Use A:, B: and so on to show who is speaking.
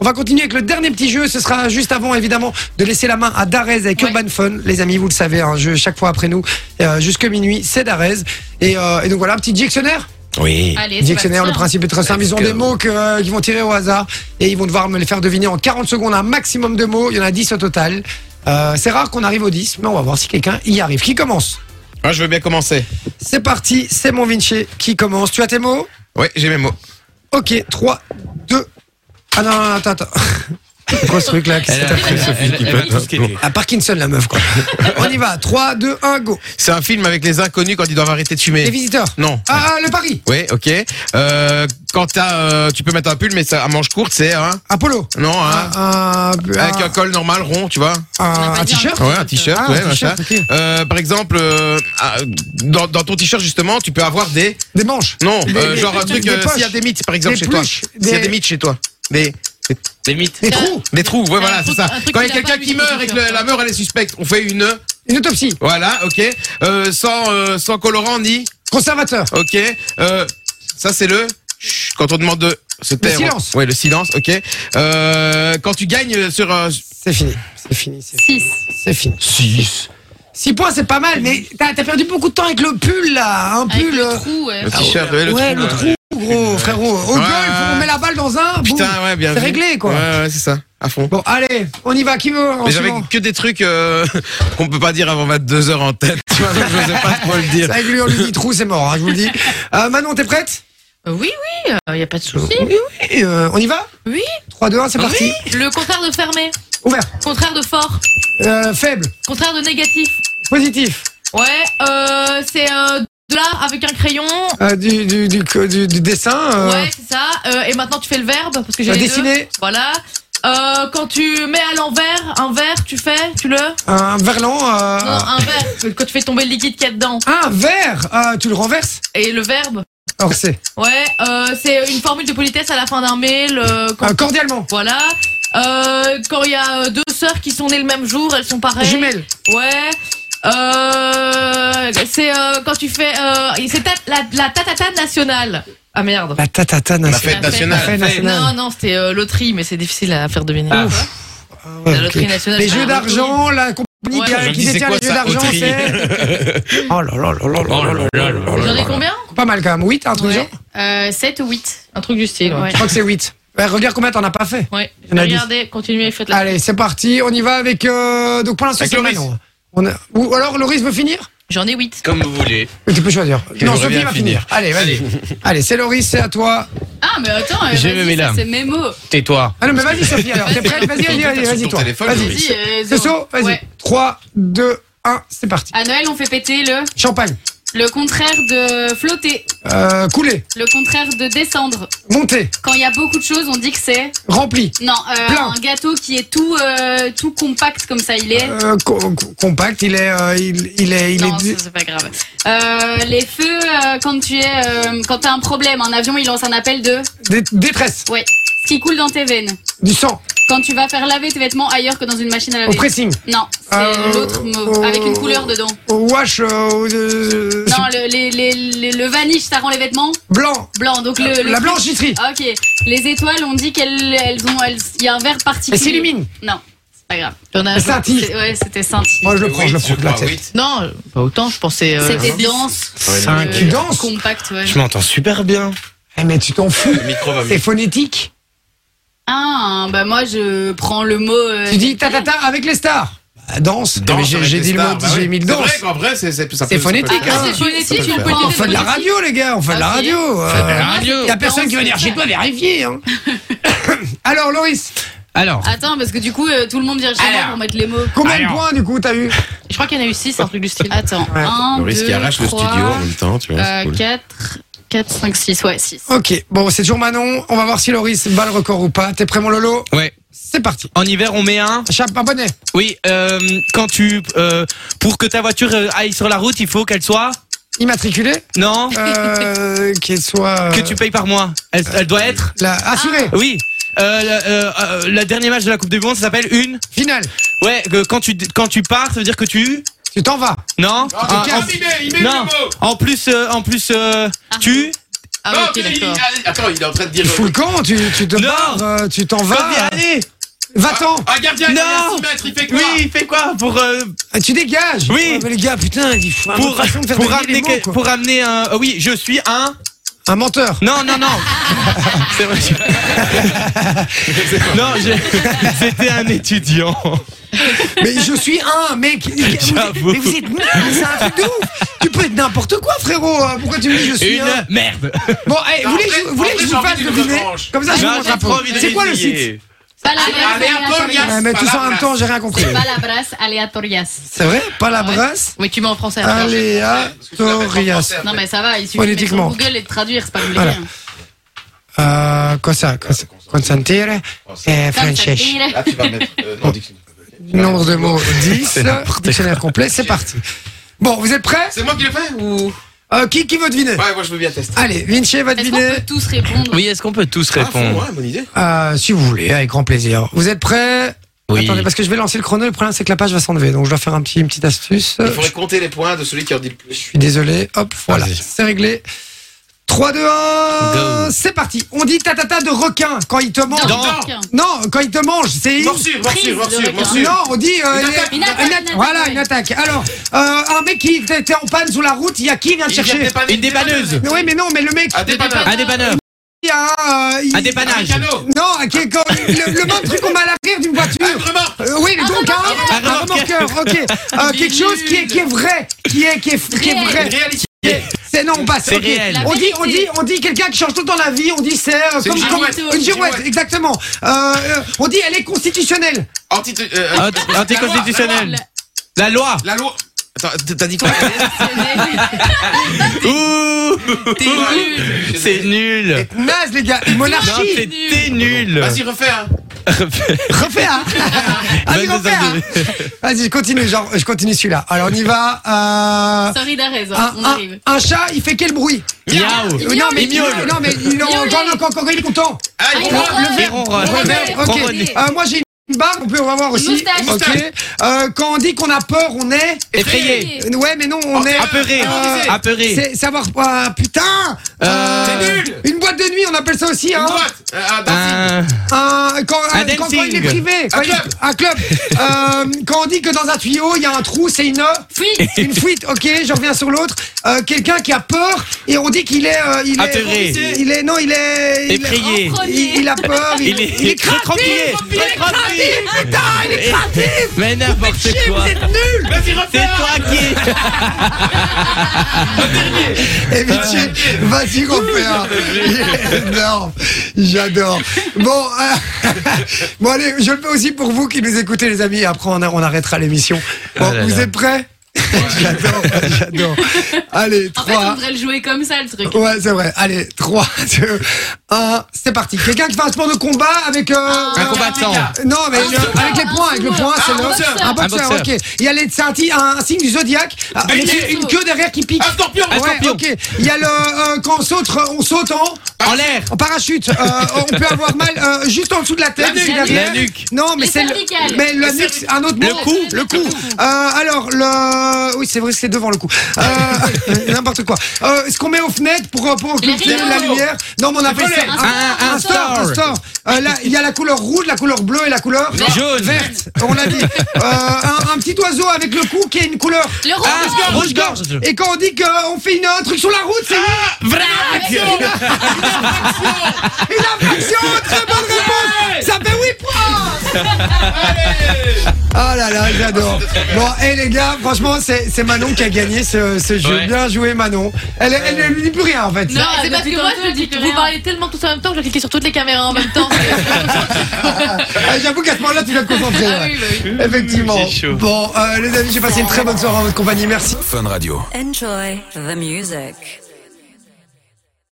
A: On va continuer avec le dernier petit jeu. Ce sera juste avant, évidemment, de laisser la main à Darez avec
B: Ouais.
A: Urban Fun. Les amis, vous le savez, un jeu chaque fois après nous, euh, jusque minuit, c'est Darez. Et, euh, et donc voilà, un petit dictionnaire.
C: Oui.
B: Allez, c'est
A: Dictionnaire,
B: parti.
A: le principe est très simple. Ils ont
C: Let's
A: des
C: go.
A: mots que, euh, qu'ils vont tirer au hasard et ils vont devoir me les faire deviner en 40 secondes, un maximum de mots. Il y en a 10 au total. Euh, c'est rare qu'on arrive aux 10, mais on va voir si quelqu'un y arrive. Qui commence
C: Moi, Ah, je veux bien commencer.
A: C'est parti, c'est mon Vinci qui commence. Tu as tes mots
C: Oui, j'ai mes mots.
A: Ok, 3, 2. Ah non, non, non, attends, attends. C'est quoi ce truc là Qu'est-ce que t'as fait Ah, Parkinson, la meuf, quoi. On y va. 3, 2, 1, go.
C: C'est un film avec les inconnus quand ils doivent arrêter de
A: Les
C: fumer.
A: visiteurs.
C: Eh, Non.
A: Ah, ah, le Paris.
C: Oui, ok. Euh, quand t'as, euh, tu peux mettre un pull, mais ça à manche courte, c'est hein
A: Apollo.
C: Non, hein
A: Ah. Un, un-
C: Avec un col normal rond, tu vois.
B: On
A: ah, un-
B: a pas
A: un
B: dit
A: t-shirt.
B: un-
C: Ouais, un t-shirt,
A: Ah, un
C: ouais,
A: t-shirt,
C: machin.
A: ok.
C: Euh, par exemple, euh, ah, dans, dans ton t-shirt justement, tu peux avoir des
A: Des manches.
C: non,
A: Des-
C: euh,
A: des-
C: genre un
A: des-
C: truc.
A: des
C: euh,
A: poches.
C: S'il y a des mythes, par exemple,
A: Des
C: chez toi.
A: pluches,
C: S'il y a
A: des-
C: des mythes chez toi. Des
D: Des mythes.
A: Des trous.
C: des trous, ouais, voilà,
B: un
C: c'est
B: truc-
C: ça.
B: un truc
C: Quand il
B: qu'il
C: y a
B: a pas
C: quelqu'un
B: vu
C: qui
B: du
C: meurt
B: tout,
C: et que
B: tu vois.
C: le- la meurt elle est suspecte, on fait une
A: Une autopsie.
C: voilà, ok, euh, sans euh, sans colorant ni
A: Conservateur.
C: Ok. Euh, ça, c'est le. Chut, Quand on demande de se taire.
A: silence.
C: Ouais, le silence, ok. Euh, quand tu gagnes sur. euh,
A: C'est fini. C'est fini. c'est-
B: Six.
A: C'est fini. 6. 6 points, c'est pas mal, mais t'as t'as perdu beaucoup de temps avec le pull là. Un
B: Avec
A: pull.
B: le
A: euh,
B: trou,
E: Ah
B: ouais.
C: le t-shirt, ouais, le
A: ouais,
C: trou,
A: le
C: ouais.
A: trou, gros, frérot. Au
C: Ouais.
A: golf, on met la balle dans un. boum.
C: Putain, ouais, bien
A: C'est
C: vu.
A: réglé, quoi.
C: Ouais, ouais, c'est ça, à fond.
A: Bon, allez, on y va. Qui veut en
C: Mais j'avais
A: suivant
C: que des trucs euh, qu'on peut pas dire avant 22 heures en tête. Tu vois, donc je sais pas trop le dire.
A: Ça, Avec lui, on lui dit trou, c'est mort, hein, je vous le dis. Euh, Manon, t'es prête
B: Euh, Oui, oui, il n'y a pas de souci.
A: Et, euh, On y va
B: Oui.
A: 3, 2, 1, c'est parti.
B: Le contraire de fermé.
A: Ouvert.
B: Contraire de fort.
A: Euh, faible.
B: Contraire de négatif.
A: Positif.
B: Ouais, euh, c'est euh, de là avec un crayon.
A: Euh, du, du, du, du- du dessin. euh,
B: Ouais, c'est ça. Euh, et maintenant tu fais le verbe parce que j'ai
A: Euh,
B: les deux.
A: dessiner.
B: Voilà. Euh, quand tu mets à l'envers un verre, tu fais, tu le.
A: Un verlan. euh,
B: Non, un verre. Quand tu fais tomber le liquide qu'il y a dedans.
A: un verre. euh, tu le renverses
B: Et le verbe.
A: Or, c'est.
B: Ouais, euh, c'est une formule de politesse à la fin d'un mail. euh, quand-
A: euh, cordialement.
B: Voilà. Euh, quand il y a euh, deux sœurs qui sont nées le même jour, elles sont pareilles.
A: Jumelle.
B: Ouais. Euh, c'est euh, quand tu fais. Euh, c'est ta- la, la tatata nationale. Ah merde.
A: La tatata
C: La
A: nationale.
C: fête
B: la
C: nationale.
A: fête nationale.
B: Non, non, c'était euh, loterie, mais c'est difficile à faire deviner.
A: Ouf. Ah ouais,
B: La
A: ok.
B: loterie nationale.
A: Les
B: c'est
A: jeux
B: un
A: d'argent, la compagnie
B: Ouais.
A: qui-
B: Je me
A: qui
C: dis, c'est
A: détient
C: quoi
A: les jeux
C: ça,
A: d'argent,
C: loterie
A: c'est. Oh là là là là là là là là là
B: loterie.
A: là
B: J'en ai
A: là.
B: combien
A: Pas mal quand même. hein, 8, un truc du genre.
B: 7 ou 8. Un truc du style, ouais.
A: Je crois que c'est 8. regarde combien t'en as pas fait.
B: Ouais.
A: Il y en a dix.
B: Regardez, continuez, faites la.
A: Allez, c'est parti. On y va avec. euh, donc pour l'instant,
C: Avec
A: c'est
C: Loris.
A: Manon. On a- Ou alors, Loris veut finir
B: J'en ai 8.
D: Comme vous voulez.
A: Tu peux choisir. non,
C: je
A: Sophie
C: reviens
A: va finir.
C: finir.
A: Allez, vas-y. Allez, c'est Loris, c'est à toi.
E: Ah, mais attends, euh,
D: J'ai
E: vas-y,
D: mes
E: ça,
D: lames.
E: c'est mes mots.
D: Tais-toi.
A: Ah non, mais vas-y, Sophie, alors. T'es prête Vas-y, vas-y, vas-y, vas-y,
C: Sur
A: toi.
C: ton téléphone,
A: Vas-y.
C: Loris.
E: Vas-y, euh, zéro.
A: Soso, vas-y.
E: Ouais.
A: 3, 2, 1, c'est parti.
E: À Noël, on fait péter le,
A: Champagne.
E: le contraire de flotter,
A: Euh, couler.
E: le contraire de descendre.
A: Monter.
E: Quand il y a beaucoup de choses, on dit que c'est.
A: Rempli.
E: Non, euh,
A: Plein.
E: un gâteau qui est tout, euh, tout compact comme ça, il est.
A: Euh, co- co- compact, il est. euh, il, il est. Il
E: non,
A: est...
E: ça, c'est pas grave. Euh, les feux, euh, quand tu es, euh, quand t'as un problème, un avion, il lance un appel de.
A: Dé- détresse.
E: Ouais. Ce qui coule dans tes veines.
A: Du sang.
E: Quand tu vas faire laver tes vêtements ailleurs que dans une machine à
A: Au
E: laver.
A: pressing.
E: Non, c'est
A: Euh,
E: l'autre mot,
A: euh,
E: avec une couleur dedans.
A: Au wash. euh, au- euh,
E: Non, le, les, les, les- le vanish, ça rend les vêtements
A: blanc.
E: blancs. Donc le, le
A: La
E: truc-
A: blanchisserie.
E: Ok. Les étoiles, on dit qu'elles elles ont. elles- Il y a un verre particulier.
A: Elle s'illumine.
E: Non, c'est pas grave.
B: J'en ai un
A: Elle
B: peu-
A: scintille.
E: Ah, C'est- Ouais, c'était scintille.
A: Moi, je le prends, je le prends de la tête.
B: Non, pas autant, je pensais. euh,
E: C'était
B: dix.
E: dense.
D: Cinq.
E: euh,
A: Tu danses
E: Compact, ouais.
D: Je m'entends super bien.
A: Eh, mais tu t'en fous.
C: Le micro va mieux.
A: C'est phonétique.
E: Ah, bah moi, je prends le mot. euh,
A: Tu dis ta ta ta avec les stars. Bah, danse.
C: Danse
A: Mais j'ai
C: avec
A: j'ai
C: les
A: dit le
C: stars,
A: mot,
C: bah
A: j'ai
C: oui.
A: mis le
C: C'est
A: danse.
C: vrai qu'en vrai, c'est ça peut- ça
A: C'est
C: peut- ça peut
A: phonétique,
C: être-
A: hein.
E: Ah, c'est phonétique, on
C: faire.
E: peut
A: On fait de la
E: phonétique.
A: radio, les gars, on fait de la
E: Ah,
A: radio. euh,
D: Radio.
A: y a personne qui va venir chez toi vérifier. hein. Alors, Loris,
D: Alors,
E: Attends, parce que du coup, euh, tout le monde vient chez moi
D: Alors.
E: pour mettre les mots.
A: combien de
D: Alors.
A: points du coup t'as eu
B: Je crois qu'il y en a eu 6, un truc du style.
E: Attends,
A: Ouais.
E: 1,
C: Loris qui
E: 2,
C: arrache le studio
E: 3,
C: en même temps, tu
E: euh,
C: vois. c'est cool.
E: 4, 4, 5, 6, ouais, 6.
A: Ok, bon, c'est toujours Manon. On va voir si Loris bat le record ou pas. T'es prêt, mon Lolo
D: ouais.
A: C'est parti.
D: En hiver, on met un.
A: Chape, un bonnet.
D: Oui, euh, quand tu. euh, pour que ta voiture euh, aille sur la route, il faut qu'elle soit.
A: Immatriculé.
D: Non
A: Euh, Qu'elle soit. euh,
D: Que tu payes par mois. Elle, elle doit être.
A: La assurée.
D: Oui. Euh, la, euh, euh, la dernière match de la Coupe du Monde, ça s'appelle une.
A: Finale.
D: Ouais, que quand tu quand tu pars, ça veut dire que tu.
A: Tu t'en vas.
D: Non.
A: tu
D: Ah,
A: casses.
D: en, non. En plus, euh, en plus, euh, tu
B: Ah,
C: Non,
B: ok,
C: mais il-
B: d'accord.
C: allez, attends, il est en train de dire.
A: Tu fous le camp, tu, tu te
D: Non.
A: barres, euh, tu t'en vas.
D: Combien allez
A: Va-t'en
C: Ah, gardien, il est à
D: Non.
C: 6 mètres, il fait quoi
D: Oui, il fait quoi pour euh,
A: Ah, Tu dégages
D: Oui.
A: Ouais, mais les gars, putain, il faut un
D: pour
A: façon de faire
D: pour
A: deviner les
D: ramener
A: mots,
D: que-
A: quoi.
D: pour ramener un ah oui, je suis un
A: Un menteur
D: Non, non, non. C'est vrai. je- non, je- c'était un étudiant.
A: Mais je suis un mec Vous êtes-
D: J'avoue.
A: Mais vous êtes nuls, c'est un truc de ouf Tu peux être n'importe quoi, frérot euh, Pourquoi tu me dis je suis
D: Une
A: un
D: merde.
A: Bon, allez,
C: Non,
A: vous voulez que je- vous voulez que
C: en fait- en
A: je vous
C: fait, j'ai
A: fasse
C: envie d'une
A: deviner
C: revanche.
A: Comme ça, je
D: Non,
A: vous
D: j'ai
A: montre
D: pas
A: un peu.
D: envie de
A: C'est quoi le site
D: l'essayer.
E: Palabras
C: Aléatorias.
A: Ouais,
E: aléatorias.
A: Mais tous en
C: Palabras.
A: même temps, j'ai rien compris.
E: Palabras aléatorias.
A: C'est vrai Pas la brasse
B: Mais tu mets en français.
C: Ah,
B: attends.
A: hein, Aléatorias.
E: Non, mais ça va, il suffit de mettre
A: Politiquement.
E: sur Google et de traduire, c'est pas compliqué.
A: Voilà. Euh, cosa, cosa, consentire, eh, francese.
C: Là, tu vas mettre. euh, non, Dixon.
A: Nombre de mots 10, dictionnaire complet, c'est parti. Bon, vous êtes prêts
C: C'est moi qui l'ai fait ou.
A: Euh, qui, qui veut deviner
C: Ouais, moi je veux bien tester.
A: Allez, Vinci va
E: Est-ce qu'on
A: deviner
E: peut tous répondre
D: Oui, est-ce qu'on peut tous
C: Ah, faut-
D: répondre
C: ouais, bonne idée.
A: euh, si vous voulez, avec grand plaisir. Vous êtes prêts
D: Oui.
A: Attendez, parce que je vais lancer le chrono, le problème c'est que la page va s'enlever, donc je dois faire un petit, une petite astuce.
C: Il
A: Je
C: faudrait compter les points de celui qui en dit le plus.
A: Euh, suis désolé, hop, voilà,
C: Vas-y.
A: c'est réglé. 3, 2, 1,
D: Go.
A: c'est parti. On dit tatata de requin quand il te mange.
E: Non,
C: Non.
E: quelqu'un.
A: Non, quand il te mange, c'est...
C: Morsure, morsure,
E: Prise,
C: morsure,
E: le
C: morsure.
A: Non, on dit. euh,
C: Une attaque,
A: les-
E: une attaque, une attaque,
A: Voilà,
E: ouais.
A: une attaque. Alors, euh, un mec qui était en panne sur la route, il y a qui vient te
C: Il vient
A: chercher
C: dépanner-
D: Une dépanneuse.
A: Mais Oui, mais non, mais le mec.
C: Un dépanneur.
D: Un dépanneur,
A: Il y a. euh, il-
D: un dépannage,
C: Un canot.
A: Non, qui est comme le, le même truc qu'on met à l'arrière d'une
C: Un
D: Ah,
A: voiture.
C: Ah, remorque.
A: Euh, oui, donc un,
D: remorqueur.
A: un remorqueur,
D: ah,
A: ok. Euh, quelque chose qui est, qui est vrai, qui est, qui est, qui est vrai.
C: Une réalité.
A: C'est non, on passe.
D: C'est
A: ok.
D: réel.
A: On dit, on dit, on dit quelqu'un qui change tout dans la vie. On dit c'est euh,
C: C'est
A: comme
C: une
A: comme-
C: girouette.
A: une girouette,
C: Girouette.
A: exactement. Euh, euh, on dit elle est constitutionnelle.
C: Anti. euh,
D: Ant-
C: la loi,
D: anticonstitutionnel. La loi.
C: La loi. Attends, t- t'as dit quoi
D: Ouh,
E: T'es nul.
D: c'est nul.
A: Naze les gars, Une
D: Non,
A: monarchie.
D: c'était nul.
C: Vas-y, refais hein. un.
A: Refais un. Allez,
D: Bonne
A: refais un. Vas-y, je continue, genre, je continue celui-là. Alors, on y va. euh,
E: Sorry d'arrêt,
A: un,
C: Ah,
E: on
A: un-
E: arrive.
A: un chat, il fait quel bruit
D: Miaou.
A: Euh, Non, mais
D: Il miaule.
A: Non, mais il en-
E: Miaulé.
A: quand- quand- quand- quand il est content.
C: Ah, il
E: Ah, il
C: prend.
E: prend.
D: Il ronronne.
A: Ouais,
E: Ronronner.
A: ouais, ok.
E: Ronronner.
A: Euh, moi, j'ai une barbe, on peut en voir aussi.
E: Moustache.
A: Ok. Euh, quand on dit qu'on a peur, on est.
D: Effrayé.
A: Euh, Ouais, mais non, on est.
D: Apeuré.
A: Euh,
D: Apeuré.
A: C'est savoir. ah, putain
D: Euh,
C: C'est nul.
A: Une boîte de nuit, on appelle ça aussi,
C: Une
A: hein
C: droite. Euh, Un dancing.
D: Un-
A: Un, quand,
D: Un
A: un- quand- quand
D: dancing.
A: il est privé, quand
C: Un
A: il-
C: club.
A: un club. Euh, quand on dit que dans un tuyau il y a un trou, c'est une
E: Fuite.
A: une fuite. Ok, je reviens sur l'autre. Euh, Quelqu'un qui a peur et on dit qu'il est, euh, il
D: Apeuré.
A: est, il est, non, il est, il, est-
D: Effrayé.
E: en premier.
A: il, il a peur, il,
D: Il est,
A: il est
D: très
A: craintif.
D: crampillé. Très crampillé.
A: Putain, il est craintif.
D: Mais n'importe
A: Chier, vous
D: quoi.
A: êtes nuls.
C: Vas-y, refais
D: C'est
C: un.
D: toi qui.
A: Eh, Vinci, vas-y, refais un. Il est énorme. J'adore. Bon, euh, bon, allez, je le fais aussi pour vous qui nous écoutez, les amis. Après, on, a- on arrêtera l'émission. Bon,
D: Ah là
A: vous
D: là.
A: êtes prêts J'adore, j'adore. Allez,
E: En fait, on
A: trois.
E: devrait le jouer comme ça, le truc.
A: Ouais, c'est vrai. Allez, 3, 2, 1, c'est parti. Quelqu'un qui fait un sport de combat avec. euh,
D: Un
A: euh,
D: combattant.
A: Non, mais
E: Un
A: euh, avec les
E: un
A: points, avec le
E: sumo.
A: point, c'est
E: Ah,
A: le.
E: un boxeur.
A: Un boxeur,
D: Un boxeur.
A: ok. Il y a les, c'est un, ti- un- un signe du zodiaque. Ah,
C: Bélier.
A: avec une queue derrière qui pique.
C: Un scorpion.
D: Un
A: Ouais,
D: scorpion.
A: ok. Il y a le. euh, quand on saute, euh, on saute en.
D: En l'air.
A: En parachute, Euh, on peut avoir mal euh, juste en dessous de la tête,
C: La nuque.
A: ici derrière.
D: La nuque.
A: Non, mais
E: Les
A: c'est le,
E: cervicales.
A: mais la
C: Les
A: nuque, c'est un autre
D: Le
A: mot.
D: cou.
A: Le cou. Euh, alors le, oui c'est vrai, c'est devant le cou. Euh, N'importe quoi. Euh, ce qu'on met aux fenêtres pour euh, pour
E: Les
A: occulter
E: rideaux.
A: la lumière. Non, mais on appelle ça
C: volets.
D: Un- un
A: store. Un
D: store.
A: store. Euh, là, il y a la couleur rouge, la couleur bleue et la couleur
D: Jaune.
A: verte. On l'a dit. Euh, un, un petit oiseau avec le cou qui a une couleur.
E: Le rond.
D: Ah, rouge gorge. Ah,
A: Et quand on dit qu'on fait une, un truc sur la route, c'est
D: Vrac.
A: une infraction. Très bonne réponse. Ça fait 8 points. Ah là là, j'adore. Bon, et les gars, franchement, c'est c'est Manon qui a gagné ce, ce jeu.
D: Ouais.
A: Bien joué, Manon. Elle, elle, ne lui dit plus rien, en fait.
B: Non, c'est
E: depuis
B: parce que moi,
E: tantôt,
B: je
E: tu
B: dis
E: dis
B: que
E: rien.
B: vous parlez tellement tous en même temps que j'ai cliqué sur toutes les caméras en même temps.
A: Ah, J'avoue qu'à ce moment-là, tu l'as concentré.
E: Ah
A: ouais.
E: oui, bah oui.
A: Effectivement.
D: J'ai chaud.
A: Bon, euh, les amis, j'ai passé une très bonne soirée en votre compagnie. Merci.
F: Enjoy the music.